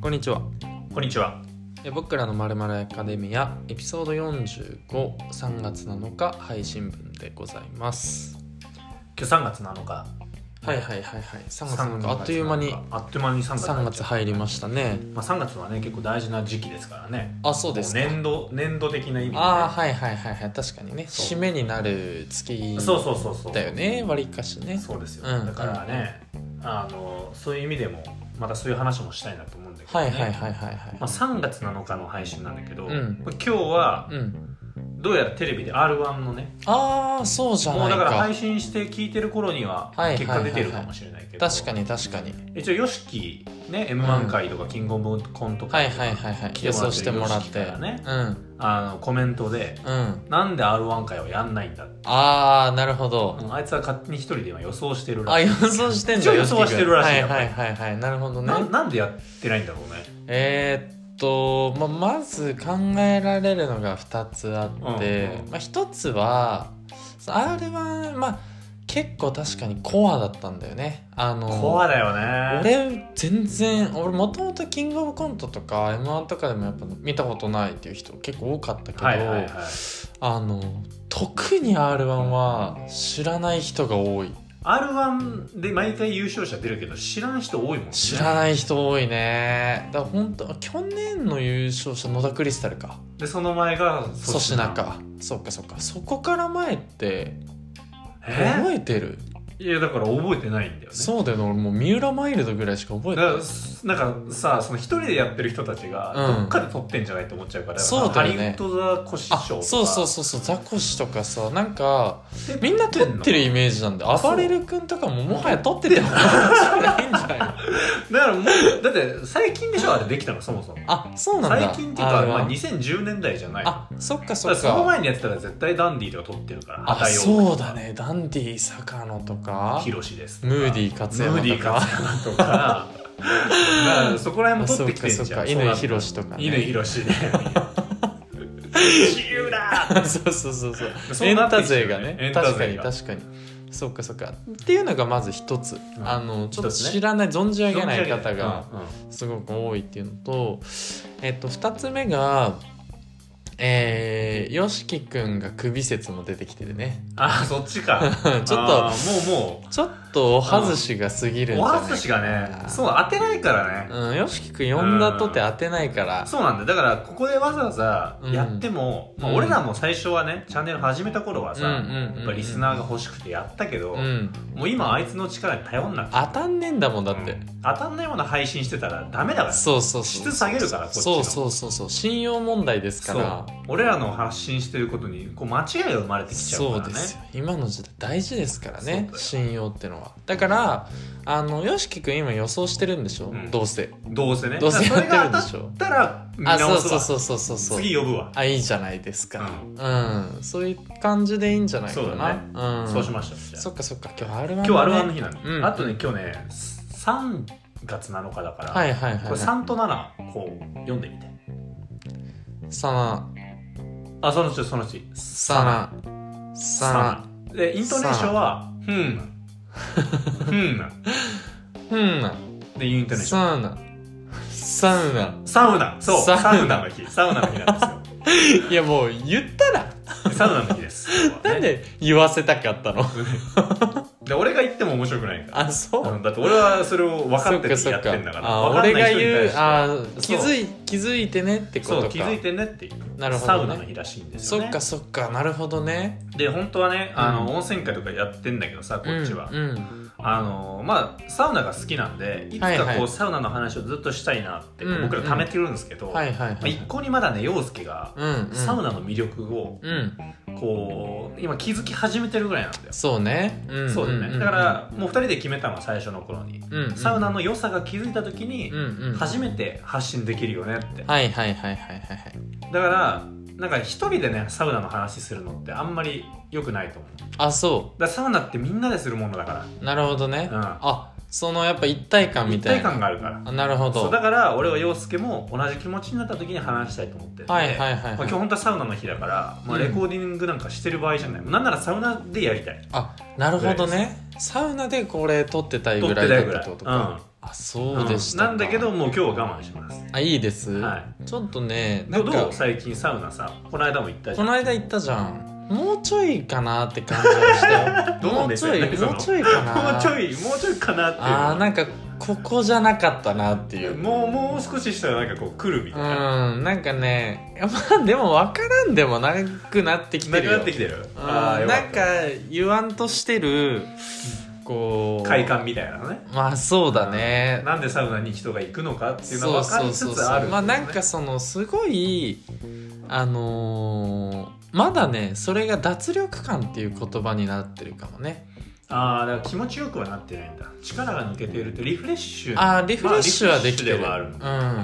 こんにちはこんにちは。え僕らのまるまるアカデミアエピソード453月7日配信分でございます今日3月7日。はいはいはいはい3月3 7日あっという間にあっという間に3月3月入りましたねまあ、3月はね、結構大事な時期ですからね。あそうですかもう年度、年度的な意味でね、ああはいはいはいはい確かにねそ締うめになる月そうそうそうそう。だよねわりかしねそうですよ。うんだからね、あの、そういう意味でも、またそういう話もしたいなと思うんだけど、はね。いはいはいはいはいまあ、3月7日の配信なんだけうど、んこれ今日はうんどうやらテレビで r 1のねああそうじゃもなういだから配か信して聞いてる頃にははい結果出てるかもしれないけど、確かに確かに一応 YOSHIKI ね m 1回とかキングオブコントは会いとか、はいはいはい来て予もらって想るしてもらって様式からねうんあのコメントでうん「なんで r 1回はやんないんだ」ああなるほどうんあいつは勝手に一人で今予想してるらあしい予想してん一だ応予想はしてるらしいはやっぱいりはいはいはいなるほどねななんでやってないんだろうねえーっと、まあ、まず考えられるのが2つあって、うんうんまあ、1つは r 1まあ結構確かにコアだったんだよねあのコアだよね俺全然俺もともと「キングオブコント」とか m 1とかでもやっぱ見たことないっていう人結構多かったけど、はいはいはいあの特に r 1は知らない人が多い r 1で毎回優勝者出るけど知らん人多いもんね知らない人多いねだから本当去年の優勝者野田クリスタルかでその前が粗品かそっかそっかそこから前ってえ覚えてるいやだから覚えてないんだよねそうだよね俺もう三浦マイルドぐらいしか覚えてだかないらすなんかさその一人でやってる人たちがうんどっかで撮ってんじゃないと思っちゃうから、そうだよねハリウッド・ザ・コシシあョウとそうかそうそうそうザコシとかさなんかでみんな撮ってるイメージなんであそう暴れる君とかももはや撮っててもおかしくないんじゃないのだからもうだって最近でしょあれできたのそもそも あそうなんだ最近っていうか、あれはまあ、2010年代じゃないあそっかそだからっそのか前にやってたら絶対ダンディとか撮ってるからあ畑陽そうだねダンディ坂野とかヒロシですとムかーディー勝山ムーディとか勝山と かだからそこらあ辺もそ撮っうてきかてそんっじゃかん乾ひろしとかね乾ひろしで自由だ そうそうそうそうそうエンなってタきて勢るよがねねエンタ確かに勢が確かにそうかそうかっていうのがまず一つ、んあのちょっと一つね知らない、存じ上げない方がうんうんすごく多いっていうのと、えっと、二つ目がえー、よしきくんが首説も出てきててね ああそっちかちょっとあーもうもうちょっとお外しが過ぎるんじおゃないはずしがねそう当てないからね、うん、よしきくん呼んだとって当てないからそうなんだよだからここでわざわざやっても、うんまあ、うん俺らも最初はねチャンネル始めた頃はさ、うんうんうんうんやっぱリスナーが欲しくてやったけど、うんもう今あいつの力に頼んなくて当たんねえんだもんだって、うん当たんないような配信してたらダメだからそうそうそう質下げるからこっちのそうそうそうそう信用問題ですかそらう俺らの発信してることにこう間違いが生まれてきちゃうそかうらでねすよ今の時代大事ですからそうだねよ信用ってのはだからあの YOSHIKI 君今予想してるんでしょ、うんどうせどうせねどうせやってるんでだからそしょれが当たったらあ見そう直そすうわそうそうそうそう次呼ぶわ、あいいじゃないですかううん、そういう感じでいいんじゃないかなそうだねん、そうしましたじゃあそっかそっか今日 R1 今日 r だ1ねの日なんで、うんあとね今日ね3月7日だから、はいはいはい、これはい、 3と7こう読んでみてさあそのうちそのうちなさなさなでイントネーションはふんなふんななふんなでイントネーションさなさなサウナそうサウナサウナの日サウナの日なんでいやもう言ったらすよサウナの日です今日なはねんで言わせたかったので俺が言っても面白くないからあそううんだって俺はそれを分かっててそやっっかてそっんだかからあ分か俺んながい人に言対うしてあ気そうづい気づいてねってことかそう気づいてねっていうなるほどねサウナの日らしいんですよそねっかそっかなるほどねで本当はねあの、う温泉会とかやってんだけどさこっちは、うんうんあのまあサウナが好きなんでいつはいかこう、はいサウナの話をずっとしたいなってうん僕ら貯めてるんですけど、はいはいまあ、はい一向にまだね陽介がうんうんサウナの魅力をうんこう今気づき始めてるぐらいなんだよ、そうねんそうだよねだからもう2人で決めたのは最初の頃に、うんうんサウナの良さが気づいた時にうんうん初めて発信できるよねって、はいはいはいはいはいはいだからなんか一人でねサウナの話するのってあんまり良くないと思うだかあそらサウナってみんなでするものだかうなるほどねら、うん、あそのやっぱ一体感み一た体いな感があるからあなるほそどうだから俺は陽介も同じ気持ちになった時に話したいと思ってるんではいはいはいはいまあ、今日本当はサウナの日だから、まあ、うんレコーディングなんかしてる場合じゃない、もうなんならサウナでやりたいあなるほどねサウナでこれ撮ってたいぐらいだったってことか、あそうでしたか、うんなんだけどもう今日は我慢しますあいいです、はちょっとねなどんかどう最近サウナさこの間も行ったじこゃんの間行ったじゃんもうちょいかなって感じがしたよ どうなもんうですちょよいねそのもうちょいかな もうちょいもうちょいかなっていうあーなんかここじゃなかったなっていうもうもう少ししたらなんかこう来るみうたいな、んなんかねまあでも分からんでもなくなってきなてくるなよってきてるうんあーよかなっんか言わんとしてるこうた快感みたいなのねまあそうだねなんでサウナに人が行くのかっていうのそはう分かそりうそつうつそあうるまあなんかそのすごいあのーまだねそれが脱力感っていう言葉になってるかもねああだから気持ちよくはなってないんだ力が抜けているとリフレッシュあーリフレッシュはできてる,、まあリフレッシュで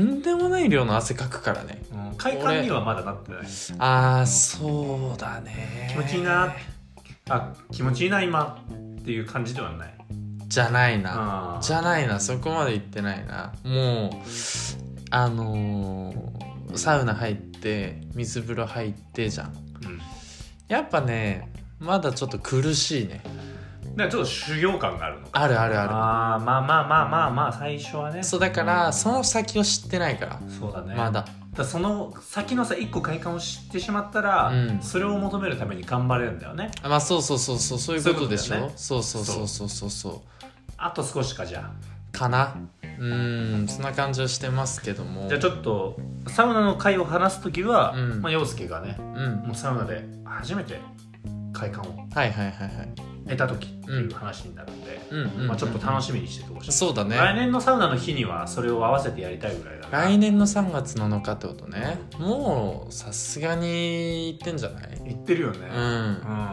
うんとんでもない量の汗かくからねうん快感にはまだなってないああそうだね気持ちいいなあ気持ちいいな今っていう感じではないじゃないなあじゃないなそこまで行ってないなもうあのーサウナ入って水風呂入ってじゃんうん、だやっぱねまだちょっと苦しいねからちょっと修行感があるのかあるあるあるあーまあまあまあまあまあ最初はねそううだからその先を知ってないから、そうだねまだだからその先のさ一個快感を知ってしまったら、うんそれを求めるために頑張れるんだよねあまあそうそうそうそうそういうことでしそういうょこそうそうそうそうそうそうあと少しかじゃかなうーんそんな感じはしてますけどあもじゃあちょっとサウナの会を話す時は、うんまあ、陽介がねうんもうサウナで初めて快感をはいはいはいはい得た時っていう話になるので、うんうん、まあ、ちょっとし楽しみにしててほしい、そうだね来年のサウナの日にはそれを合わせてやりたいぐらいだな来年の3月7日ってことねもうさすがに行ってんじゃない行ってるようねん、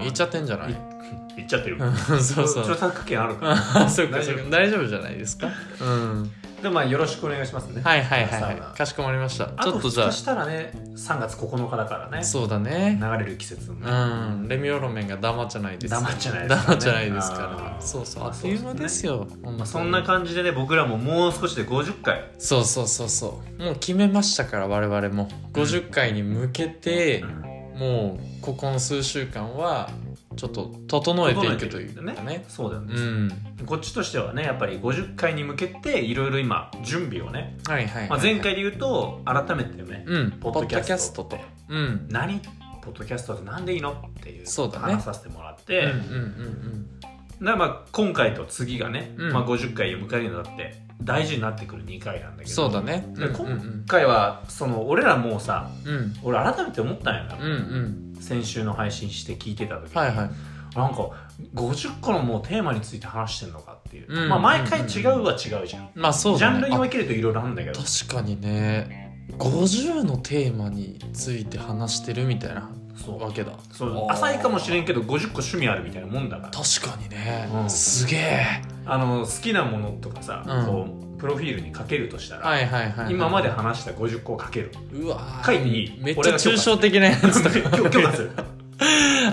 行っちゃってんじゃない行っちゃってる そうそう著作権あるかあそうか大そ丈う夫か大丈夫じゃないですかうんらでまあよろしくお願いしますねはいはいはいサはウナいかしこまりましたあちょとっとじゃそしたらね3月9日だからねあそうだね流れる季節のねうん、レミオロメンがダマじゃないです。黙っちゃないですからねダマじゃないですかあら。ーそうそう、あまっという間そうでですすよ。ほんままあ、そんな感じでね僕らももう少しで50回そうそうそうそう。もう決めましたから、我々も。50回に向けて、もう、ここの数週間は、ちょっと整えていくというかね。そうだよねう、ん。こっちとしてはねやっぱり50回に向けていろいろ今準備をね、はいはい、はい。まあ、前回で言うと改めてね、うん、ポポッッドドキキャャスストトとと。うん。何ポッドキャストってなんでいいのっていうそうだね話させてもらっうてんうんうんだからまあ今回と次がね、うんまあ、50回を迎えるのだって大事になってくる2回なんだうけん。どそうだね。うんでうんう今ん。回はその俺らもうさうん俺改めて思ったんやうんうん。先週の配信して聞いてた時に、はいはい。なんか50個のもうテーマについて話してんのかっていう、うんまあ、毎回違うは違うじゃん、まあそうジだャね。ンルに分けるといろいろあるんだけど確かにね50のテーマについて話してるみたいなそわけだうそうあー浅いかもしれんけど50個趣味あるみたいなもんだから確かにね、うんすげえあの好きなものとかさ、うんこうプロフィールに書けるとしたら、はいはいはい今まで話した50個を書 けるうわー書いていいめっちゃ俺が許可抽象的なやつと 今か日今日する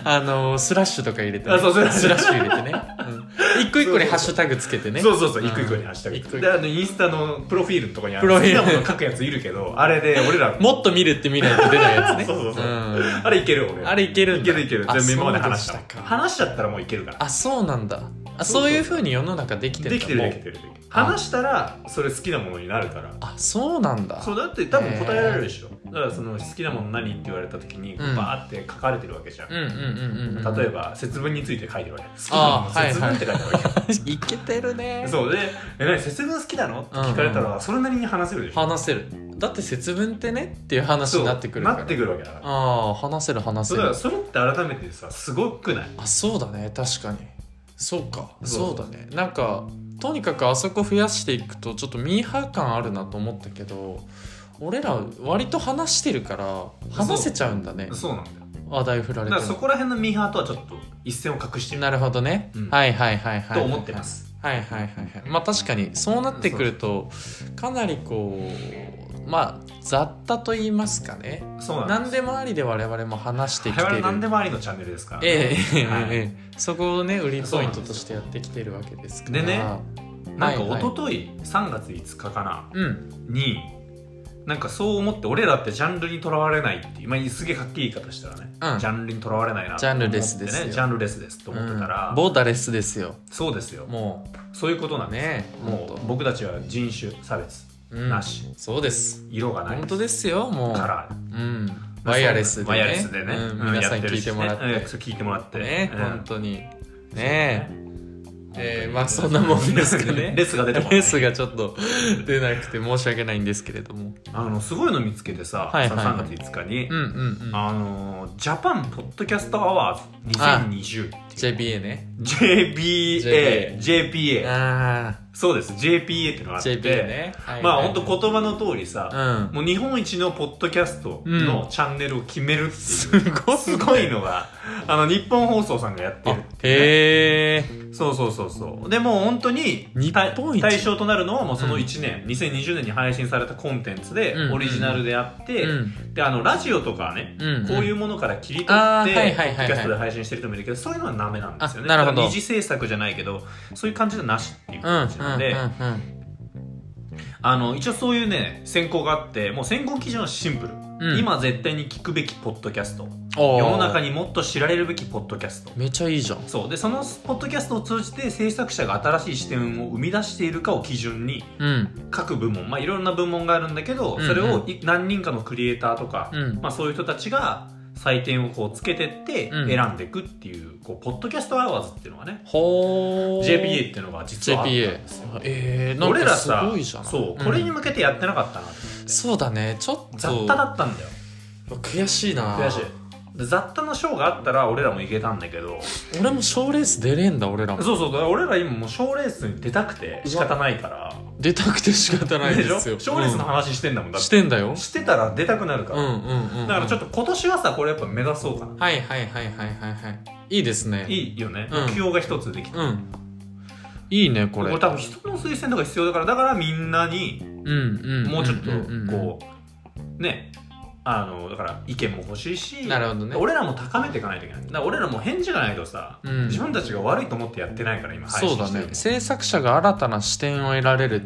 あのースラッシュとか入れて、あそうスラッシュスラッシュ入れてね、うん一個一個にハッシュタグつけてねそうそうそう、うん一個一個にハッシュ一タ個グ一個であのインスタのプロフィールのとこにあるプロフィール好きなもの書くやついるけどあれで俺らもっと見るって見ないと出ないやつねそうそうそうんあれいける俺あれいけるんいだけるいけるあ全部今まで話しそたうでしたか話しちゃったらもういけるからあそうなんだあそういうふうに世の中できてるできてるできるてるできてる話したらそれ好きなものになるからあそうなんだそうだって多分答えられるでしょだからその好きなもの何って言われた時にこううんバーって書かれてるわけじゃんうんうんうんうんうん例えば節分について書いてるわけ好きなもあのー節分って書いてるわ けいけてるねそうで「え何節分好きなの?」って聞かれたらそれなりに話せるでしょ話せるだって節分ってねっていう話そうになってくるからなってくるわけだからああ話せる話そせうだからるそれって改めてさすごくないあそうだね確かにそうかそそううだねなんかとにかくあそこ増やしていくとちょっとミーハー感あるなと思ったけど俺ら割と話してるから話せちゃうんだねそうなんだよ話題振らだれかてらそもこら辺のミーハーとはちょっと一線を隠してるなるほどね、うんはいはいはいはいと思ってますはいはいはいはいまあ確かにそうなってくるとかなりこうまあ雑多と言いますかねそうなん何ですでもありで我々も話してきて我る々何でもありのチャンネルですから、ええええはいええそこをね売りポイントとしてそうやなってきてるわけですからでねなんかはいはい一昨日3月5日かなうんになんかそう思って俺らってジャンルにとらわれないっていう、まあ、すげえかっけいい言い方したらね、うんジャンルにとらわれないなと思って、ジャンルね、レスですよジャンルレスですと思ってたら、うんボーダレスですよそうですよもそういうことなうんです、ねもう僕たちは人種差別うななし、そうです色がない本当ですよもうカラーうんワイヤレスでねワイヤレスでね、うんう皆さんやる聞いしてもらっねうんてそう聞いてもらってねうん本当にそうねねえーまあそんなもんですかねレスが出てこないレースがちょっと 出なくて申し訳ないんですけれどもあのすごいの見つけてさ、はいはいはいその3月5日に、うんうんうんあのージャパンポッドキャストアワーズ2020っていう JBA ね JBA、JPA、あそうです、JPA ってのあがあって、 JBA ねはいまあはい本当言葉の通りさ、うんもう日本一のポッドキャストうのチャンネルを決めるってすいう、ごいすごいのが、あの日本放送さんがやってあるっていうね、へえそうそうそうそう。でもう本当に日本一対象となるのはもうその1年、2020年に配信されたコンテンツでうんオリジナルであって、うんであのラジオとかはね、うんこういうものから切り取って、あーはいポはいはいはいッドキャストで配信してる人もいるけど、そういうのはダメなんですよね。あなるほどだから二次制作じゃないけど、そういう感じじゃなしっていううんうんうん感じなんで、あの、一応そういうね、選考があって、もう選考基準はシンプル。うん今絶対に聞くべきポッドキャスト。おー世の中にもっと知られるべきポッドキャスト。めっちゃいいじゃんそうでそのポッドキャストを通じて制作者が新しい視点を生み出しているかを基準にうん各部門まあいろんな部門があるんだけど、うんうんそれをい何人かのクリエイターとか、うんまあ、そういう人たちが採点をこうつけてってうん選んでいくっていう,、こうポッドキャストアワーズっていうのがねほー JPA っていうのが実はあったん JPA ですよえー、なん俺らかすさごいじゃんそうこれに向けてやってなかったなってそうだねちょっと雑多だったんだよ悔しいな悔しいで雑多の賞があったら俺らもいけたんだけど俺も賞ーレース出れんだ俺らもそうそうだから俺ら今もう賞レースに出たくて仕方ないから出たくて仕方ないででしょすよ賞レースのうん話してんだもんだっしててんだよしてたら出たくなるかうんら、うんうんうんだからちょっとと今年はさこれやっぱ目指そうかなはいはいはいはいはいはいいいですねいいいよね、うん目標が一つできた、うんいいねここれれ多分人の推薦とか必要だからだからみんなにうんうんもうちょっとんんんこうねあのだから意見も欲しいしなるほどね俺らも高めていかないといけないだから俺らも返事がないとさ、うん自分たちが悪いと思ってやってないから今配そう信だしてるね制作者が新たな視点を得られる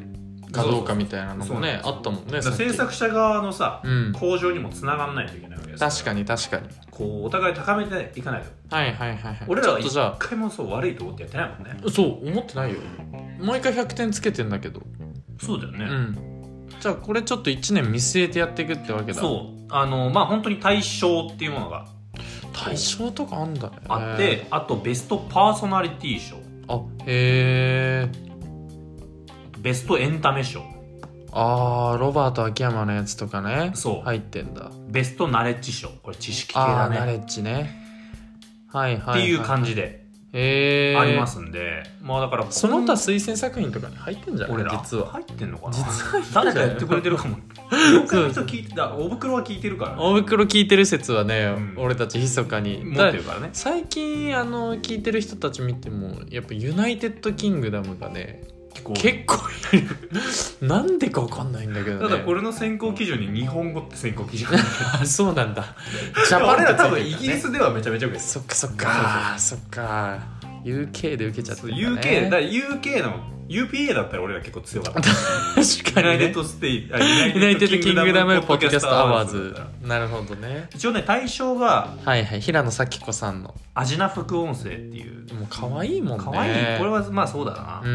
かどうかみたいなのそうそもうそうねあったもんねだかさらっき制作者側のさ、うん向上にもつながんないといけないわけですら確かに確かにこうお互い高めていかないとはいはいはいはい俺らちょはっと一じゃ回もそう悪いと思ってやってないもんねあそう思ってないよもう一回100点つけてんだけどそうだようね、んじゃあこれちょっと1年見据えてやっていくってわけだそうあのまあ本当に対象っていうものが対象とかあんだねあって、あとベストパーソナリティ賞あへえベストエンタメ賞あーロバート秋山のやつとかねそう入ってんだベストナレッジ賞これ知識系あだあナレねッジねはいはいっは、ていう感じじでへえありますんで、まあだからその他他推薦作品とかに入ってんじゃない俺ら実は入ってんのかな実は誰かやってくれてるかも業界の人聞いてだお袋は聞いてるから、ね、大袋聞いてる説はね、ん俺たち密かに持ってるからね最近あの聞いてる人たち見てもやっぱユナイテッドキングダムがね結構結構いる なんでかわかんないんだけどねただこれの選考基準に日本語って選考基準あそうなんだジャパン俺ら多 っ分てついイてるからねギリスではめちゃめちゃ受けてるそっかそっかそっか UK で受けちゃったそんうだ UK だかねら UK の UPA だったら俺ら結構強かった確かユナにねイテッドステイあユナイテッドキングダムポッドキャストアワーポッドズキャストアワーだったらなるほどね一応ね対象がはいはい平野咲子さんのアジナ副音声っていうもう可愛いもんね可愛い、これはまあそうだなう、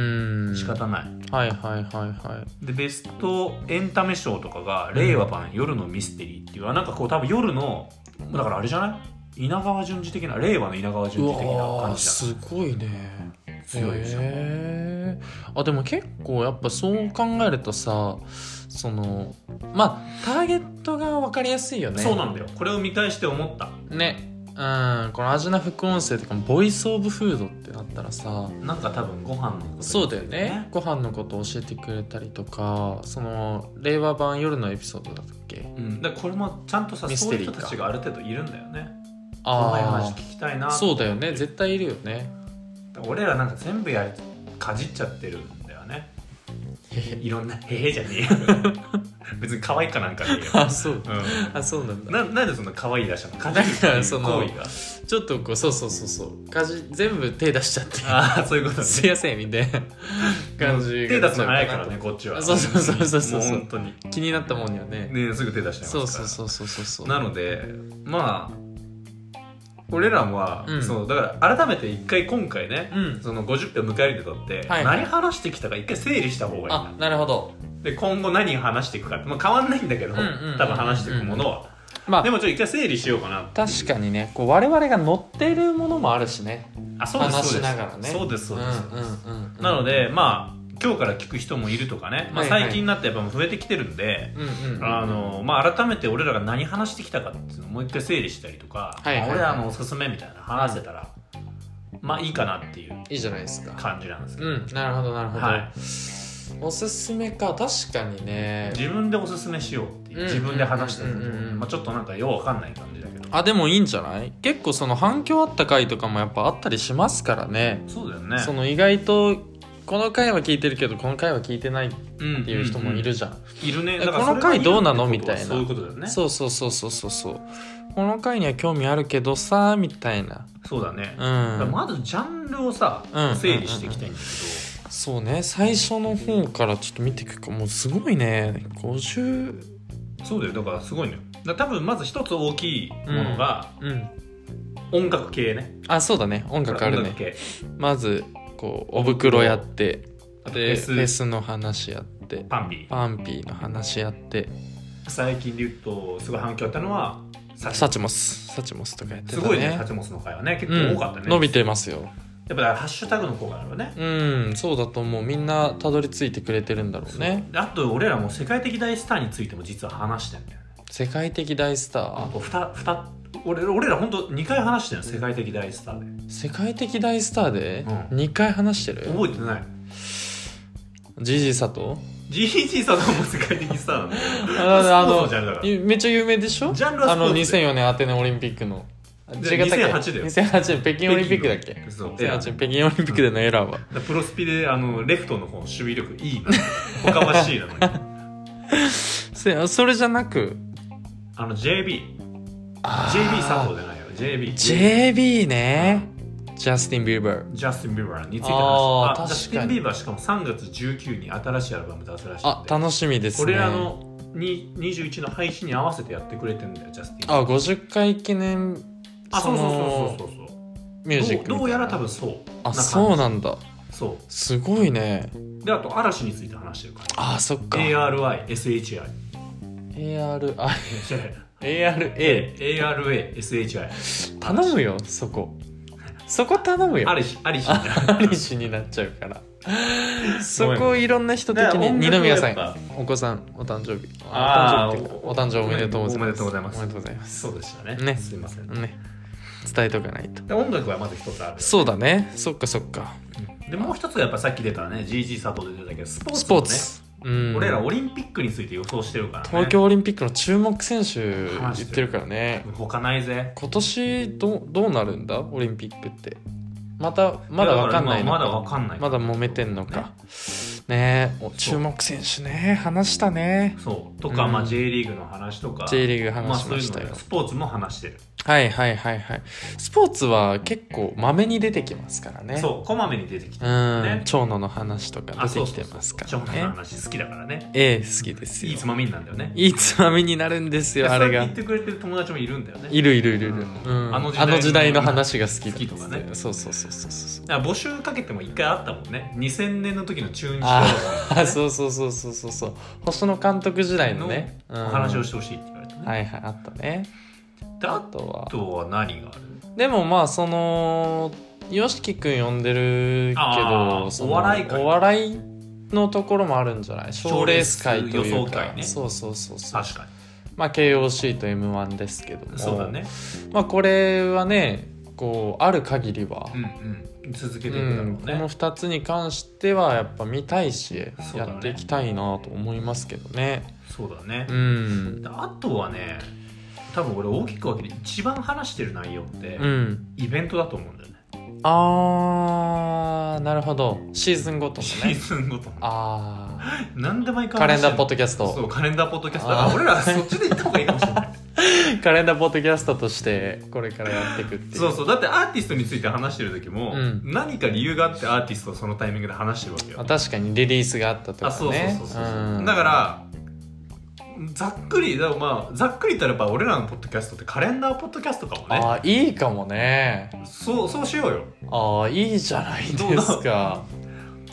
ん仕方ないはいはいはいはいでベストエンタメ賞とかが「令和版夜のミステリー」っていうあなんかこう多分夜のだからあれじゃない稲川淳二的な令和の稲川淳う二的なわ感ーじだすごいね強いでしょへーあでも結構やっぱそう考えるとさそのまあターゲットが分かりやすいよねそうなんだよこれを見返して思ったねうんこの「アジナ副音声」とかも「ボイス・オブ・フード」ってなったらさなんか多分ご飯のことそうだよねご飯のことを教えてくれたりとかその令和版夜のエピソードだったっけうん、だからこれもちゃんとさミスそうテいうリー人かたちがある程度いるんだよねこんな話あ聞きたいあなそうだよね絶対いるよねだから俺らなんか全部やりかじっちゃってるんだよねいろんな「へへ」じゃねえよ 別に可愛いかなんかねえよあそううあそうなんん、だななんでそんな可愛い出したのかだから行そ為のがちょっとこうそうそうそうそう家事全部手出しちゃってああそういうことねすいませんみたいな感じ手出すの早いからねこっちはあそうそうそうそうそうも本当に気になったもんにはねねすぐ手出しちゃいますかそらうそうそうそうそうそうなのでまあ俺らは、うんそうだから改めて一回今回ね、うんその50分迎えるにとって、はい何話してきたか一回整理した方がいいあななるほどで今後何話していくかって、まあ、変わんないんだけど、うんうんうん多分話していくものは、まあでもちょっと一回整理しようかなっていう確かにねこう我々が乗ってるものもあるしねあそうです話しながらねそうですそうです、そうですんうんうんうんなのでまあ今日から聞く人もいるとかね、まあ、はいはい最近になってやっぱ増えてきてるんで、うんうんあのまあ、改めて俺らが何話してきたかっていうのをもう一回整理したりとか、はいはいはい俺らのおすすめみたいな話せたら、まあいいかなっていういいじゃないですか感じなんですけうど、んなるほどなるほど、はい、おすすめか確かにね自分でおすすめしようっていううん自分で話したりとかうんうんうんまあ、ちょっとなんかようわかんない感じだけどあでもいいんじゃない結構その反響あった回とかもやっぱあったりしますからねそうだよねその意外とこの回は聞いてるけどこの回は聞いてないってうんうんうんいう人もいるじゃん,、いるねえだからこそれの回どうなのがってことはみたいなそういうことだよねそそうそうそうそうそうそうこの回には興味あるけどさみたいなうだね、だからうん、まずジャンルをさ、うん整理していきたいんだそうね最初の方からちょっと見ていくかもうすごいね50けど、そうだよだからすごいのよだから多分まず一つ大きいものが、うん音楽系ねあそうだね音楽ある音ね楽系まずこうお袋やってあとでフ S ェスの話やってパンビーパンピーの話やって最近で言うとすごい反響あったのはサチサチモスサチモスとかやってたすねごいねサチモスの会はね結うん構多かったね、伸やっびてますよぱだからハッシュタグの効果あるわねうんそうだと思うみんなたどり着いてくれてるんだろうねそうであと俺らも世界的大スターについても実は話してんだよね世界的大スタあーとふたふた俺俺ら本当2回話してるの世界的大スターで世界的大スターでう2回話してる覚えてないジジイ佐藤 GG さんも世界的スターなんだよああスポのーツのジャンルだからゆめっちゃ有名でしょジャンルはあスポーのツで2004年アテネオリンピックので違ったっけ2008だよ2008年北京オリンピックだっけそうエラー2008年北京オリンピックでのエラーはプロスピであのレフトの方の守備力いいな他は C なのにせそれじゃなくあの JBJB あ佐ー藤じゃないよ JB JB ねジャスティン・ビーバージャスティン・ビーバーについて話あーしたあジャステ確ィかン・にビーバーしかも3月19に新しいアルバム出すらしいあんで楽しみですね俺らのに21の配信に合わせてやってくれてんだよジャスティン・ビーバーあ50回記念あそうそうそうそうそうミュージッそうクみたいうどなどうやら多分そうあそうな感なんだじそすごいねうであと嵐について話してるからあそっか ARISHI ARA え ARASHI 頼むよそこそこ頼むよ アリシアリシみたいなアリシになっちゃう からそこをいろんな人的だからに音二楽は宮さやっぱんお子さんお誕生日あーお誕生日っていうかお誕生おめでとうございますおめでとうございますおめでとうございますそうでしたねねすいませんね伝えとかないとで音楽はまず一つあるそうだねそっかそっかでもう一つがやっぱさっき出たね GG 佐藤で出たけどスポーツスポーもねツ、うん俺らオリンピックについて予想してるから、ね、東京オリンピックの注目選手言ってるからね他ないぜ今年どうどうなるんだオリンピックってまたまだわかんないのまだかわかんないまだ揉めてんのかねえお注目選手ね話したねそうとか、うんまあ J リーグの話とか J リーグまあ話しそまういしうたよ、のスポーツも話してる、はいはいはいはいスポーツは結構まめに出てきますからねそうこまめに出てきてうるん、ね長野の話とかあ出そてきてうそうそうますか長ら野のね話好きだからねええ好きですよいいつまみになるんだよねいいつまみになるんですでよそあうやれってが言ってくれてる友達もいるんだよねいるいるいるいる、ううんん、あの時代あのの時代の話が好きだ好きとかねそうそうそうそうそうだから募集かけても一回あったもんね2000年の時の中日とあかあそうそうそうそうそうそう星野監督時代のねおうん話をしてほしいって言われてね、はいはいあったねでああとはとは何があるでもまあその YOSHIKI 君呼んでるけあーどそのお笑い会お笑いのところもあるんじゃない賞レース会とい賞レース予う想か、会ねそうそうそうそう確かまあ KOC と m 1ですけどもにそうだねまあこれはねこうある限りは、うんうん続けていくだろうんうこね、の2つに関してはやっぱ見たいしそうだやねっていきたいなと思いますけどねそうだねう、んであとはね多分俺大きく分けて一番話してる内容ってうんイベントだと思うんだよね、あーなるほどシーズンごとのシねーズンごとのあなんで毎あ回カレンダーポッドドキキャストそうカレンダーポッドキャストだあかーら俺らそっちで行った方がいいかもしれないカレンダーポッドキャストとしてこれからやっていくっていうそうそうだってアーティストについて話してる時も、うん何か理由があってアーティストをそのタイミングで話してるわけよまあ、確かにリリースがあったとかねあそうそうそうそうそう、んだからざっくりだからまあざっくり言ったらやっぱ俺らのポッドキャストってカレンダーポッドキャストかもねあーいいかもねそうそうしようよああいいじゃないですか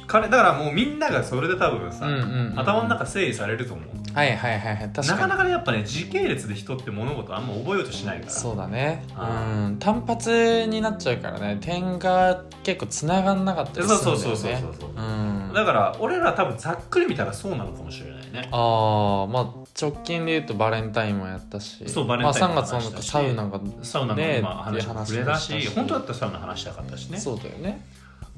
カレだからもうみんなが それで多分さ、うんうんうん頭の中整理されると思うはいはいはいはい確かなにかなかねやっぱね時系列で人って物事あんま覚えようとしないからそうだねあうん単発になっちゃうからね点が結構つながんなかったりすそるうんだそようねそうそうそうそううんだから俺ら多分ざっくり見たらそうなのかもしれないねああまあ直近で言うとバレンタインもやったしそうバレンタインもまあ、3月なの話かしたしサウナが、サウナのね今話も触れだしっていう話もしたし本当だったらサウナ話したかったしねそうだよね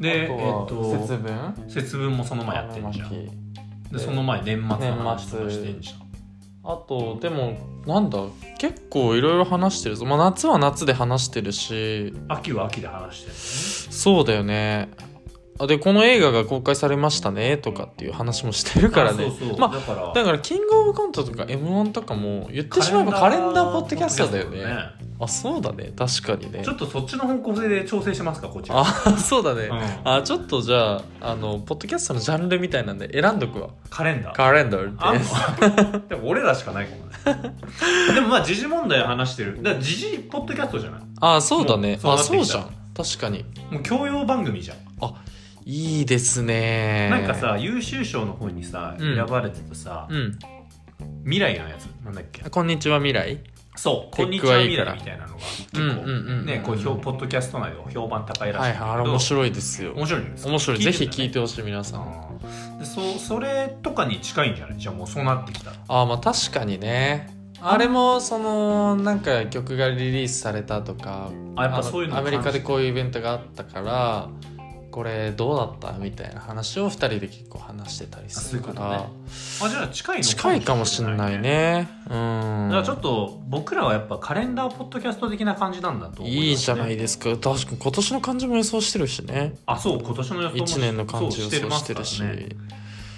でえっあとは節と分節分もその前やってんじゃん豆まきでその前年末の話とかしてんじあとでもなんだ結構いろいろ話してるぞ、まあ、夏は夏で話してるしゃん秋は秋で話してるそうだよねあでこの映画が公開されましたねとかっていう話もしてるからねあそうそう、まあだからだからキングオブコントとか m 1とかも言ってしまえばカレンダーポッドキャストだよねあそうだね確かにねちょっとそっちの方向性で調整しますかこっちらあ そうだね、うんあちょっとじゃああのポッドキャストのジャンルみたいなんで選んどくわカレンダーカレンダーあっんての でも俺らしかないかもねでもまあ時事問題話してるだから時事ポッドキャストじゃないあそうだねもうそあうなってきそたうじゃん確かにもう教養番組じゃん、いいですねなんかさ優秀賞の方にさうん選ばれてたさ、うん未来のやつなんだっけあこんにちは未来そう「テこんにッちクははいい未から来」みたいなのが結構、うんうんうんうんねこう評ポッドキャスト内では評判高いらしはいいんだけはどいあれ面白いですよ面白いんです面白いぜひ聞いててほしい皆さんうんでそそれとかに近いんじゃないじゃあもうそうなってきたらあまあ確かにねあれもそのなんか曲がリリースされたとかあやっぱそういうのあのアメリカでうこういうイベントがあったからこれどうだったみたいな話を2人で結構話してたりするからあそういうあじゃあ近いの近いかもしれないねうんだからちょっと僕らはやっぱカレンダーポッドキャスト的な感じなんだと思いいじゃないいですか確かに今年の漢字も予想してるしねあそう今年の予想も1年の漢字予想してるしそうますからね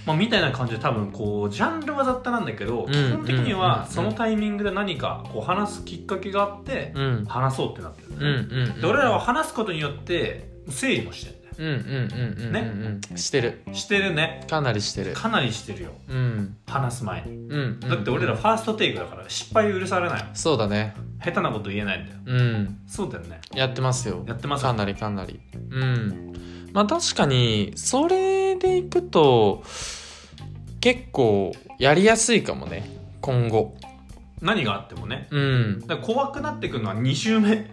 まあ、みたいな感じで多分こうジャンルは雑多なんだけど、うん基本的にうんうんはうんそのタイミングで何かこう話すきっかけがあってうんうん話そうってなってるね、うんうんで俺らは話すことによって整理もしてるねうんうんうんうんうんうんしてるしてるねかなりしてるかなりしてるようん話す前にうんうんだって俺らファーストテイクだから失敗許されないもんそうだね下手なこと言えないんだようんそうだよねやってますよやってますかなりかなりうんまあ確かにそれでいくと結構やりやすいかもね今後何があってもねうんだから怖くなってくるのは2週目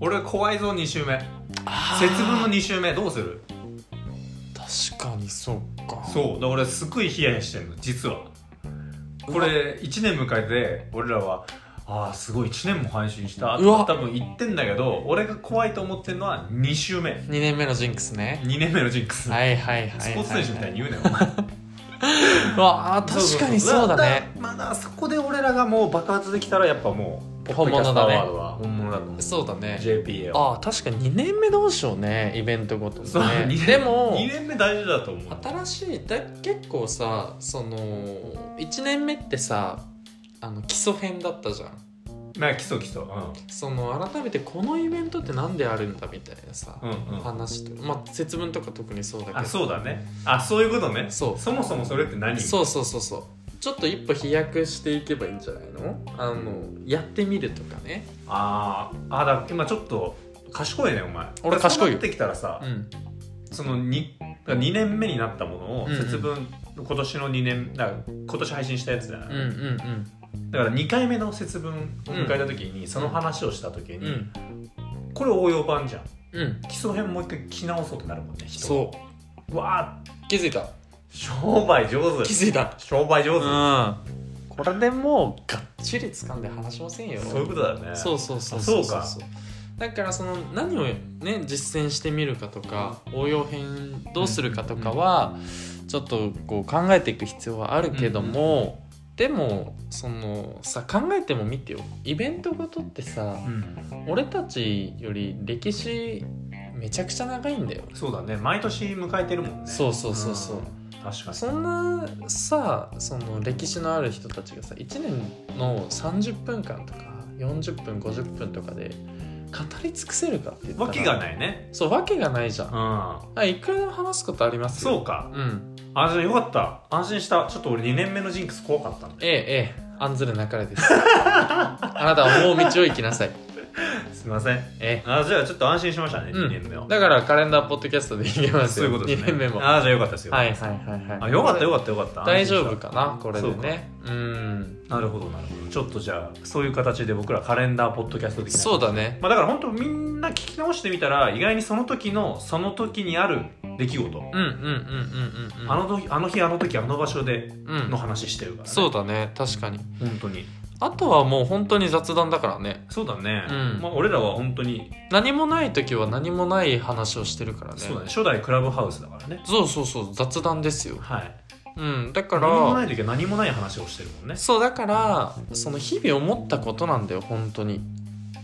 俺怖いぞ2週目節分の2週目どうする確かにそうかそうだから俺すっごいヒヤヒヤしてるの実はこれ1年迎えて俺らはああすごい1年も配信したうわ多分言ってんだけど俺が怖いと思ってるのは2週目2年目のジンクスね2年目のジンクス、はいはいはいはい、はい、スポーツ選手みたいに言うなよお前わあ確かにそうだねまだそこで俺らがもう爆発できたらやっぱもう本物だねポッドキャストアワードは本物だと思うそうだね JPA はああ確かに2年目どうしようねイベントごとそうに二ね年でも2年目大事だと思う新しいだ結構さその1年目ってさあの基礎編だったじゃんまあ基礎基礎うんその改めてこのイベントってなんであるんだみたいなさ、うんうん、話とまあ節分とか特にそうだけどあそうだねあそういうことねそうそもそもそれって何そうそうそうそうちょっと一歩飛躍していけばいいんじゃないのあのやってみるとかねあーあだから今ちょっと賢いねお前俺賢いよそうなってきたらさ、うんその 2, 2年目になったものをうんうん節分、今年の2年だから今年配信したやつだようんうんね、だから2回目の節分を迎えた時に、その話をした時うんに、うんこれ応用版じゃんうん基礎編もう一回聞き直そうってなるもんね人そうわーう気づいた商売上気手づいた商売上手、うんこれでもうがっちり掴んで話しませんよそういうことだよねそううそうそうあそうかだからその何をね実践してみるかとか応用編どうするかとかはちょっとこう考えていく必要はあるけども、でもそのさ考えても見てよイベントごとってさん俺たちより歴史めちゃくちゃ長いんだよそうだね毎年迎えてるもんねそうそうそうそうん確かにそんなさその歴史のある人たちがさ1年の30分間とか40分50分とかで語り尽くせるかって言ったらわけがないねそうわけがないじゃうんんあいくらでも話すことありますよそうかうんあじゃあよかった安心したちょっと俺2年目のジンクス怖かったんでええええ案ずるなかれです あなたは思う道を行きなさいすいませんえあじゃあちょっと安心しましたねうん2年目は、えだからカレンダーポッドキャストで行けますそよういうことですね2年目もはあじゃあよかったですいよ、はいはいはいあよかったよかったよかった大丈夫安心かなこれでねうんしたなるほどなるほどちょっとじゃあそういう形で僕らカレンダーポッドキャスト的なそうだねまあだから本当みんな聞き直してみたら意外にその時のその時にある出来事、うんうんうんうんうんうんあの時あの日あの時あの場所でうんの話してるから、ねそうだね確かに本当にあとはもう本当に雑談だからねそうだね、うんまあ俺らは本当に、何もない時は何もない話をしてるからねそうだね初代クラブハウスだからねそうそうそう雑談ですよはいうんだか何もならい時は何もない話をしてるもんねそうだからその日々思ったことなんだよ本当に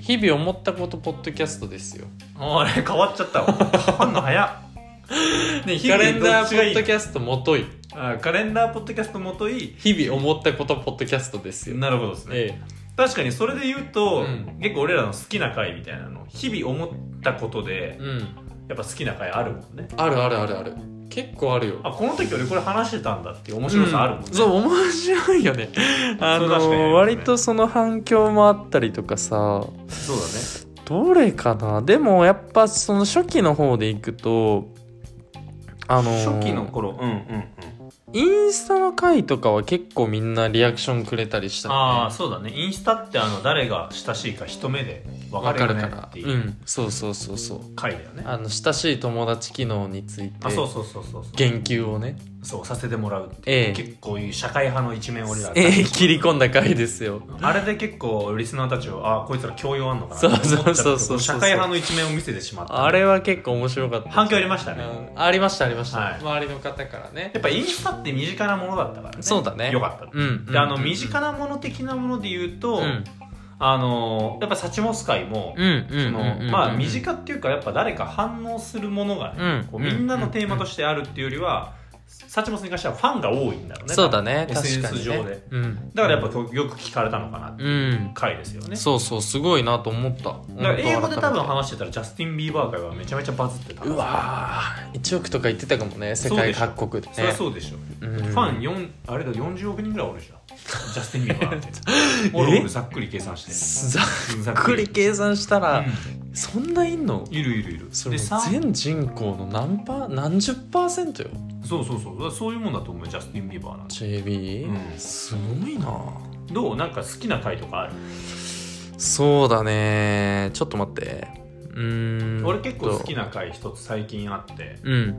日々思ったことポッドキャストですよあれ変わっちゃったわ変わんの早っね日カ々レンダーどっポちがいッいドキャストもといあカレンダーポッドキャストもとい日々思ったことポッドキャストですよなるほどですね、え確かにそれで言うと、うん結構俺らの好きな回みたいなの日々思ったことでえうんやっぱ好きな回あるもんねあるあるあるある結構あるよあこの時俺これ話してたんだっていう面白さあるもんね、うんそう面白いよねあそれ確かにありますねの割とその反響もあったりとかさそうだねどれかなでもやっぱその初期の方でいくとあのー初期の頃うんうんうんインスタの回とかは結構みんなリアクションくれたりしたねああそうだねインスタってあの誰が親しいか一目で分かわるかよるねからっていううんそうそうそうそう回だよね、あの親しい友達機能についてあそうそうそうそうそう言及をねそうさせてもらうっていうええ結構いう社会派の一面俺らがええ切り込んだ回ですよあれで結構リスナーたちをあこいつら教養あんのかなそうって思っちそうそうゃそうそう社会派の一面を見せてしまったあれは結構面白かった反響ありましたねうんありましたありました、はい周りの方からねやっぱインスタって身近なものだったからねそうだねよかった、うんであの身近なもの的なもので言うと、うんあのやっぱサチモス会も、うんうんそのまあ身い近っていうかやっぱ誰か反応するものがね、こうみんなのテーマとしてあるっていうよりは、サチモスに関してはファンが多いんだろうねそうだね確 SNS かに、ね、上でうん、だからやっぱよく聞かれたのかなってういうん回ですよね、そうそうすごいなと思っただから英語で多分本話してたらジャスティン・ビーバー会はめちゃめちゃバズってた当改めてうわー1億とか言ってたかもね世界各国でねそりゃそうでしょ、うんファン4あれだ40億人ぐらいおるじゃんジャスティン・ビ ーバーって俺俺ざっくり計算してざざっくり計算したら、うそんないんのんいるいるいるそでれさもそう全人口の何パー何十パーセントよそうそうだからそういうもんだと思うよジャスティン・ビーバーなんて JB、うんすごいなどうなんか好きな回とかあるそうだねちょっと待ってうーん俺結構好きな回一つ最近あってうん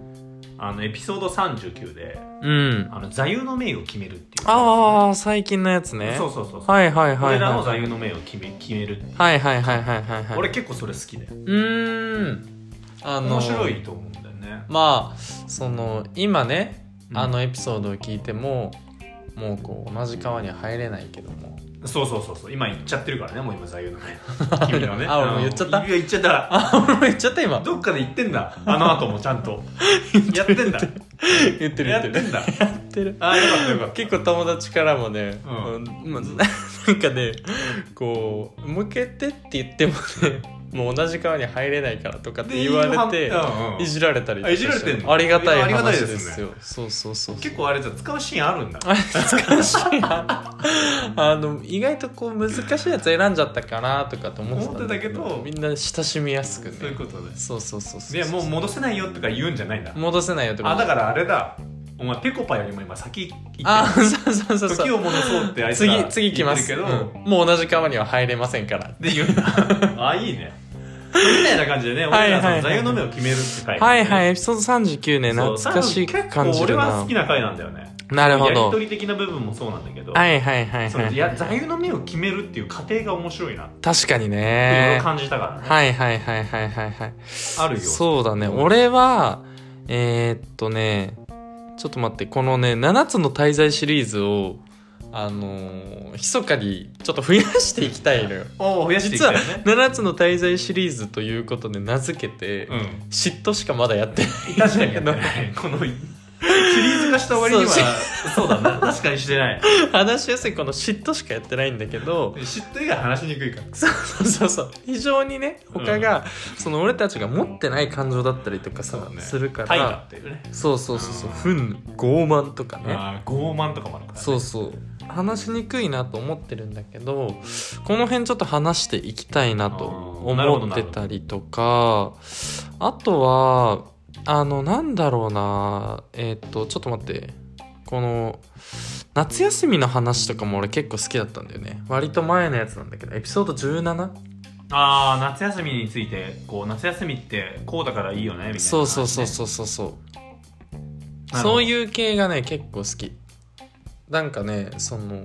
あのエピソード39でうんあの座右の銘を決めるっていうああ最近のやつねそうそうそうそう、はいはいはい俺らの座はい右の銘を決め決めるっていうはいはいはいはいはいはい俺結構それ好きでうーんあの面白いと思うんだよね、まあその今ねうんあのエピソードを聞いても、もうこう同じ川には入れないけどもそうそうそうそう今言っちゃってるからねもう今座右の銘君の ねあ俺もの言っちゃったいや言っちゃったあ俺も言っちゃった今どっかで言ってんだあの後もちゃ んとやってんだ言ってる言やっっててるんだ言ってる あよかったよかった結構友達からもね、うんうんまあ なんかねこう「向けて」って言ってもねもう同じ川に入れないからとか って言われてうんうんいじられたりとかしてあいじられてんのありがたいいやありがたい話ですねですよそうそうそう結構あれじゃ使うシーンあるんだあれ難しいな あの意外とこう難しいやつ選んじゃったかなとかと思ってたんだけど思ってたけみんな親しみやすくねそういうことでそうそうそうそういやもう戻せないよとか言うんじゃないんだ戻せないよとかあだからあれだお前ペコパよりも今先行ってるあそうそうそう時そうを戻そうってあいつ次ら次来ます、言ってるけど、うんもう同じ川には入れませんからで言うんだ あいいねみたいな感じでねはい俺はらいそはいの座右の銘を決めるって回はいはいいエピソード39ね懐かしい感じ俺るはな好きな回なんだよねなるほやりどとり的な部分もそうなんだけど、はいはいはいそのはいや座右の銘を決めるっていう過程が面白いなって確かにいうのねを感じたからね、はいはいはいはいはいはいあるよそうだね俺はえーっとねちょっと待ってこのね「7つの滞在」シリーズをあのー密かにちょっと増やしていきたいのよ。おお増やしていき実はたいよね7つの滞在シリーズということで名付けて、うん嫉妬しかまだやってない んだ確かにけやっどてないこのシリーズ化した割にはそうそうだな確かにしてない話しやすいこの嫉妬しかやってないんだけど嫉妬以外話しにくいからそうそうそうそう非常にね他が、その俺たちが持ってない感情だったりとかさ、そうねするかタイガらっていうねそうそうそうそう憤傲慢とかね、あー傲慢とかもあるからねそうそう話しにくいなと思ってるんだけどこの辺ちょっと話していきたいなとあーなるほ思どってたりとかあとはあのなんだろうなえーっとちょっと待ってこの夏休みの話とかも俺結構好きだったんだよね割と前のやつなんだけどエピソード 17? ああ夏休みについてこう夏休みってこうだからいいよねみたいな、そうそうそうそうそうそう、なるほどそういう系がね結構好きなんかねその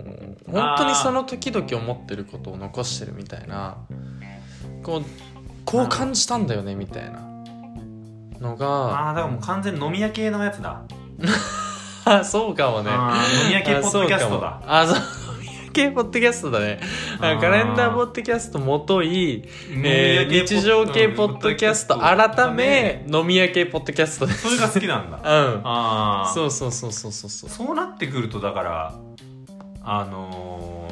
本当にその時々思ってることを残してるみたいなこうこう感じたんだよねみたいなのがああだからもう完全に飲み屋系のやつだ、あそうかもねあー飲み屋系あ ポッそドうキャかスもトだあそう飲み屋系ポッドキャストだねあカレンダーポッドキャストもとい、えー日常系ポッドキャスト改め飲み屋系ポッドキャストでそれが好き なんだうんああそうそうそうそうそうそうそうなってくるとだからあの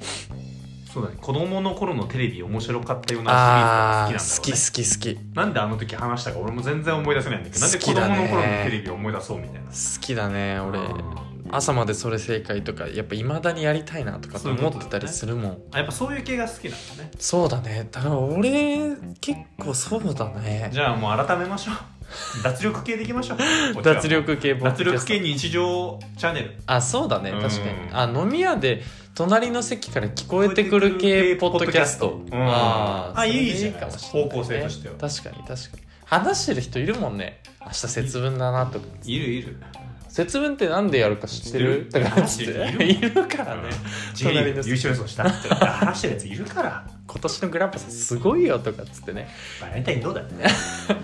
ーそうだね子供の頃のテレビ面白かったようなあーシリーズが好好ききなんだろうね好き好き好なんであの時話したか俺も全然思い出せないんだけどなんで好子きだ供ねの頃のテレビを思い出そうみたいなきだね俺うん朝までそれ正解とかやっぱいまだにやりたいなとかって思ってたりするもんそう,、あやっぱそういう系が好きなんだねだねだから俺結構そうだねじゃあもう改めましょ う脱力系でいきましょうこっちは脱力系ポッドキ脱ャスト力系日常チャンネルあそうだねうん確かにあ飲み屋で隣の席から聞こえてくる系ポッドキャストうんあーあそれいいじゃないかもしれないね方向性としては確かに確かに話してる人いるもんね明日節分だなとかいるいる節分ってなんでやるか知ってると知ってるかつっ話しててるいるからね J リー隣グの優勝予想したって話してるやついるから今年のグランパスすごいよとかっつってねバレンタインどうだって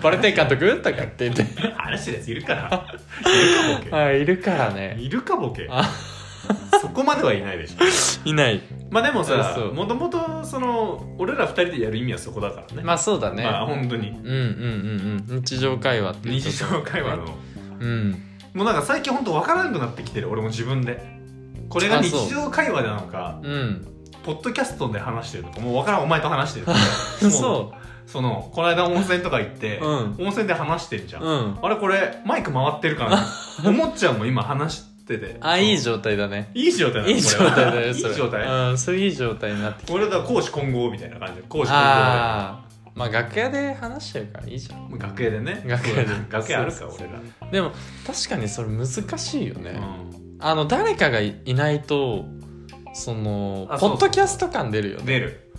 バレンタイン監督とかって言 って話してるやついるからいるかボあいるからケねいるかボケあそこまではいないでしょいないまあでもさそうもともとその俺ら二人でやる意味はそこだからねまあそうだね、まあ本当にうんうんうんうん日常会話っていうこ日と常会話のうんもうなんか最近本当わからなくなってきてる俺も自分でこれがあそう日常会話なのかうんポッドキャストで話してるのかもうわからんお前と話してるも そうそのこの間温泉とか行って、 ううん温泉で話してんじゃん、うんあれこれマイク回ってる かな思っちゃうもん今話しててあいいじ状態だねいい状態なのいい状態だこれは よいいそれ状態うんそれいい状態になってきて俺だから公私混合みたいな感じで公私混合ああまあ楽屋で話してるからいいじゃんで楽屋でね楽屋でそう楽屋あるかそうそう俺ら、でも確かにそれ難しいよね、うあの誰かがいいないとそのあそうポそッうドキャスト感出るよん、ね。出る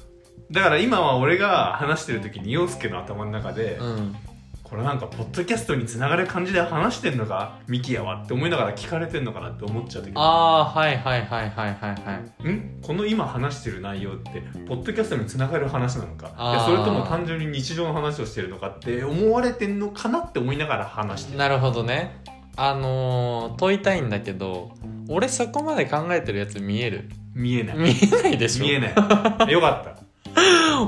だから今は俺が話してる時に陽介の頭の中で、うん、これなんかポッドキャストにつながる感じで話してんのかミキヤはって思いながら聞かれてんのかなって思っちゃう時ああーはいはいはいはいはいはいんこの今話してる内容ってポッドキャストにつながる話なのかいあーやそれとも単純に日常の話をしてるのかって思われてんのかなって思いながら話してるなるほどねあのー、問いたいんだけど俺そこまで考えてるやつ見える見えない見えないでしょ見えないよかっ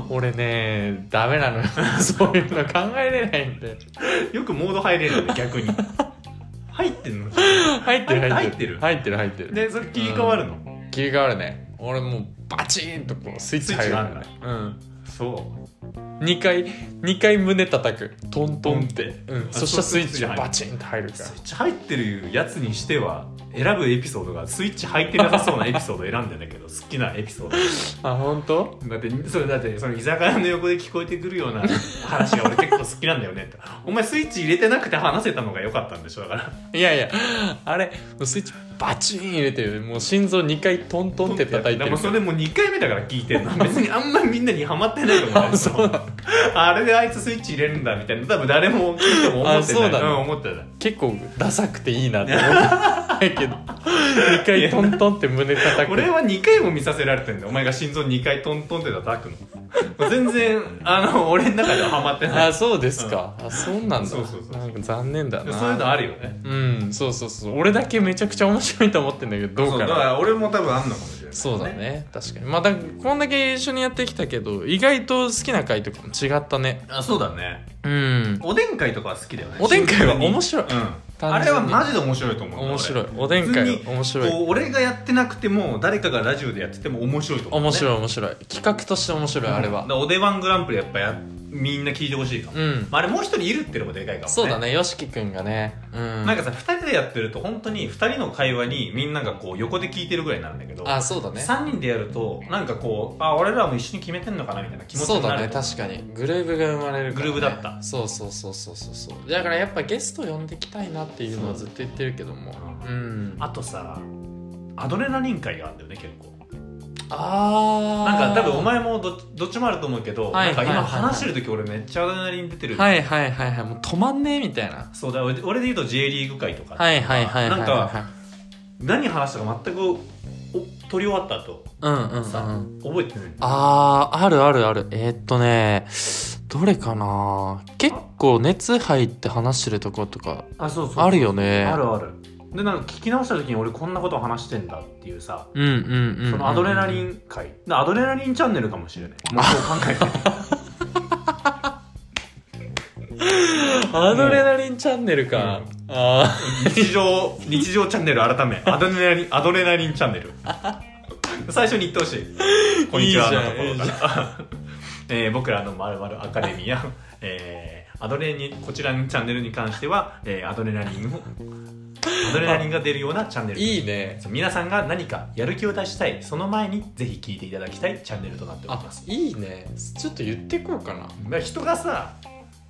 俺ねダメな のよそういうの考えれないんでたよくモード入れるんで逆に入ってんの入ってる入入っっててるる入ってる入ってるでそれ切り替わるの、切り替わるね俺もうバチーンとこうスイッチ入るからスイうんそう2回二回胸叩くトントンって、うん、あそしたらスイッチがそうバチンと入るからスイッチ入ってるやつにしては選ぶエピソードがスイッチ入ってなさそうなエピソード選んでんだけど好きなエピソードあ本当だってそれだってその居酒屋の横で聞こえてくるような話が俺結構好きなんだよねってお前スイッチ入れてなくて話せたのが良かったんでしょだからいやいやあれもうスイッチバチン入れてるもう心臓2回トントンって叩いてでもるうそれもう2回目だから聞 いてんの別にあんまりみんなにハマってないと思うあんだけどそうなのあれであいつスイッチ入れるんだみたいな多分誰も聞いても思ってあそなういだねん思ってない結構ダサくていいなって思ったけど一回トントンって胸叩 俺くは2回も見させられてんだよお前が心臓2回トントンって叩く の全然あの俺の中ではハマってないあそうですか、あそうなんだそうそうそうなんか残念だなそういうのあるよねうんそうそうそう俺だけめちゃくちゃ面白いと思ってんだけどどうそうかだなから俺も多分あんのかもしれないそうだね確かにまあだこんだけ一緒にやってきたけど意外と好きな回とかも違ったねあそうだねうんおでん会とかは好きだよねおでん会は面白白いい、うん、あ単純にれはマジで面白いと思う面白い俺おでん会は面白こいう俺がやってなくても誰かがラジオでやってても面白いと思う、面白い面白い企画として面白いあれだはからおでワングランプリやっぱやみんな聞いてほしいかも、うんまあ、あれもう一人いるっていうのもでかいかもねそうだねよしきくんがねうんなんかさ2人でやってると本当に2人の会話にみんながこう横で聞いてるぐらいになるんだけど、あそうだね3人でやるとなんかこうあ俺らも一緒に決めてんのかなみたいな気持ちそうになだねる確かにグルーブが生まれるから、ね、グルーヴだったそうそうそうそうそうそうだからやっぱゲスト呼んできたいなっていうのはずっと言ってるけどもそううんあとさアドレナリン会があるんだよね結構あーなんか多分お前もどっどっちもあると思うけど、はいはいはいはいなんか今話してる時俺めっちゃアドレナリン出てる、はいはいはいはいもう止まんねえみたいなそうだ俺俺で言うと J リーグ会とかはいはいはいはいなんかか何話したか全くお取り終わった後うんうんうさ、ん覚えてないあーあるあるあるえーっとねどれかな結構熱入って話してるとことかあそうあるよねあるあるでなんか聞き直した時に俺こんなことを話してんだっていうさうんうんうんうんそのアドレナリン回アドレナリンチャンネルかもしれないもうそう考えてアドレナリンチャンネルか、あ日常日常チャンネル改めアドレナリンアドレナリンチャンネル最初に言ってほしい「こんにちは」のとこいいじゃんろから えー僕らのまるまるアカデミーや、えーアドレにこちらのチャンネルに関しては、えーアドレナリンをアドレナリンが出るようなチャンネルーいいねそう皆さんが何かやる気を出したいその前にぜひ聞いていただきたいチャンネルとなっておりあますいいねちょっと言ってこうかなだから人がさ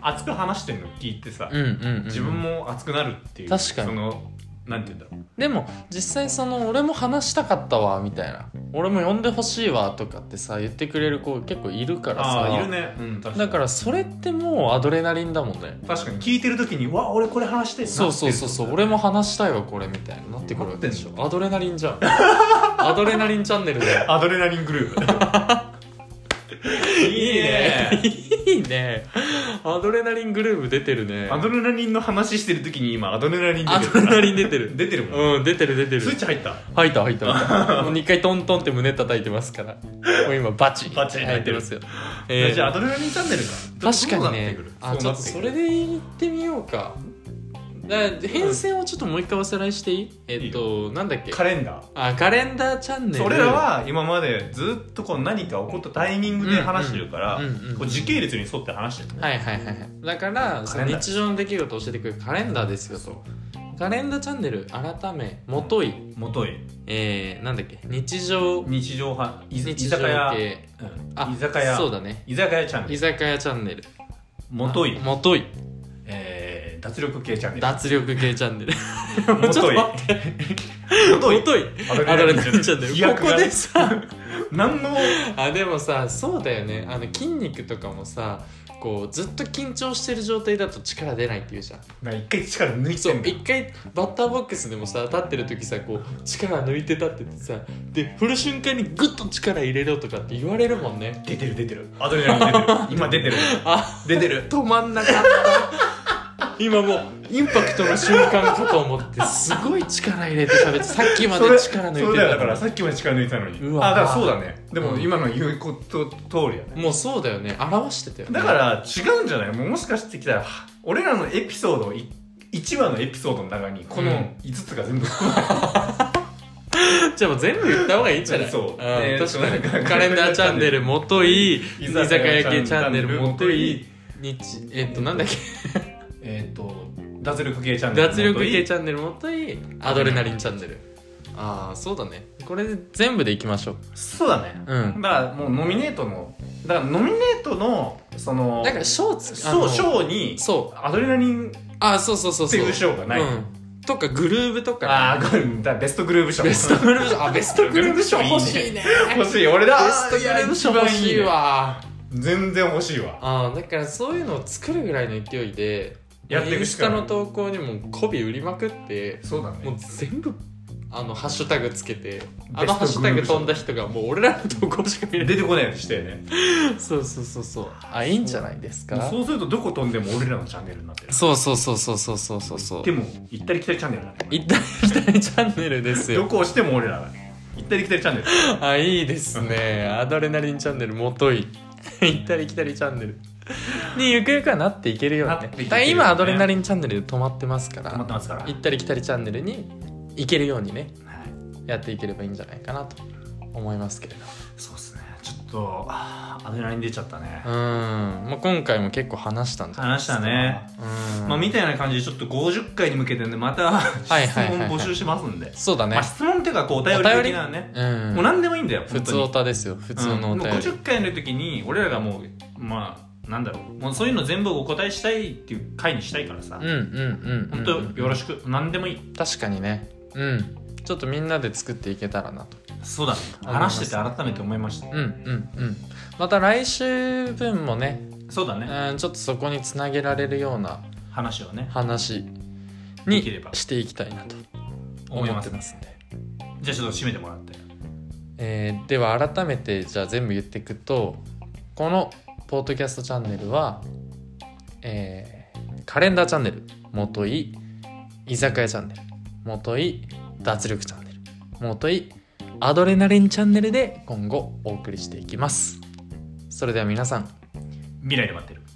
熱く話してるの聞いてさ、うんうん、うん、自分も熱くなるっていう確かにそのなんて言うんだろうでも実際その俺も話したかったわみたいな俺も呼んでほしいわとかってさ言ってくれる子結構いるからあさあーいるね、うん、確かだにからそれってもうアドレナリンだもんね確かに聞いてる時に「わ俺これ話してるな」そうそうそうそう俺も話したいわこれみたいななってくるわけでしょアドレナリンじゃん アドレナリンチャンネルでアドレナリングル ープいいねいいねアドレナリングループ出てるねアドレナリンの話してる時に今アドレナリンア出てドレるからナリン出てる出てるもん、うん出てる出てるスイッチ入った吐いた吐いた吐いたもう2回トントンって胸叩いてますからもう今バチバチ入ってますよ、えーじゃあアドレナリンチャンネルか確かにそうなってねくるあちそうょなっとてくるそれで言ってみようかだから変遷をちょっともう一回おさらいしていいえっとなんだっけカレンダーあカレンダーチャンネルそれらは今までずっとこう何か起こったタイミングで話してるからうんうんうんこう時系列に沿って話してるねはいはいはいはいだからそのカレンダー日常の出来事を教えてくれるカレンダーですよとカレンダーチャンネル改めもといもといえー、なんだっけ日常日常派居酒日常屋系うんあ居酒屋そうだね居酒屋チャンネ居ル酒屋チャンネルもといもといえー脱力系チャンネル脱力系チャンネル もちょっととい待ももといといアドレナリンチャンネル飛躍ここがでさ何のあでもさそうだよねあの筋肉とかもさこうずっと緊張してる状態だと力出ないっていうじゃんな一回力抜いそてうんだよ一回バッターボックスでもさ立ってる時さこう力抜いて立っててさで振る瞬間にグッと力入れろとかって言われるもんね出てる出てるアドレナリン出てる 今出てるあ出てる止まんなかった今もうインパクトの瞬間かと思ってすごい力入れて喋ってさっきまでそれ力抜そいうてだよただかのらにさっきまで力抜いてたのにうわあだからそうだねでもうん今の言うこと通りやねもうそうだよね表してたよねだから違うんじゃないもうもしかしてきたらは俺らのエピソードい1話のエピソードの中にこうのん5つが全部含 まれてじゃあもう全部言った方がいいんじゃないそうえん、ー確そうかなんにかカレンダーチャンネルもとい居居酒酒屋屋系チャンネルもといチ日えっとなんだっけるえっと脱力系チャンネル脱力系チャャンネルもといアドレナリンチャンネルああそうだねこれで全部でいきましょうそうだねうんだからもうノミネートのだからノミネートのそのだから賞つあそのう賞にそうアドレナリンっあそうそうそうてそういう賞がないうん、とかグルーブとかああこれだベストグルーブ賞ベストグルーブ賞あベストグルーブ賞欲しいね欲しい俺だベストグルーブ賞いや欲一番しいねわ全然欲しいわあーだからそういうのを作るぐらいの勢いでやっていイくンしスタかなのい投稿にも媚び売りまくってそうだねもう全部あのハッシュタグつけてあベのストグループハッシュタグ飛んだ人がもう俺らの投稿しか見れない出てこないようにしたよねそうそうそうそうあいいんじゃないですかもうそうするとどこ飛んでも俺らのチャンネルになってるそうそうそうそうそうそうそうそうでも行ったり来たりチャンネルだね一体一体チャンネルですどよこ押しても俺らだね行ったり来たりチャンネ ルあいいですねアドレナリンチャンネルもとい行ったり来たりチャンネルにゆくゆくはなっていけるようになねっていけるよねだから今アドレナリンチャンネルで止まってますから止まってますから、はい行ったり来たりチャンネルに行けるようにねやっていければいいんじゃないかなと思いますけれどそうですねちょっとあーアドレナリン出ちゃったねうーん、まあ、今回も結構話したんじゃない話したねうんまあみたいな感じでちょっと50回に向けてねまた質はいはいはい問募集しますんで、そうだねまあ、質問っていうかこうお便り的なねうんもう何でもいいんだよ普本当通にオタですよ普通のおうん、便もうり、 50回の時に俺らがもうまあなんだろうもうそういうの全部お答えしたいっていう回にしたいからさ、うんうんうんうん本当よろしく何でもいい確かにねうんちょっとみんなで作っていけたらなとそうだね話してて改めて思いましたうんうんうんまた来週分もね、そうだね、うん、ちょっとそこにつなげられるような話をね話でにきればしていきたいなと思思いまってすますんで、じゃあちょっと締めてもらってえーでは改めてじゃあ全部言っていくとこのポッドキャストチャンネルは、えーカレンダーチャンネルもとい居酒屋チャンネルもとい脱力チャンネルもといアドレナリンチャンネルで今後お送りしていきますそれでは皆さん未来で待ってる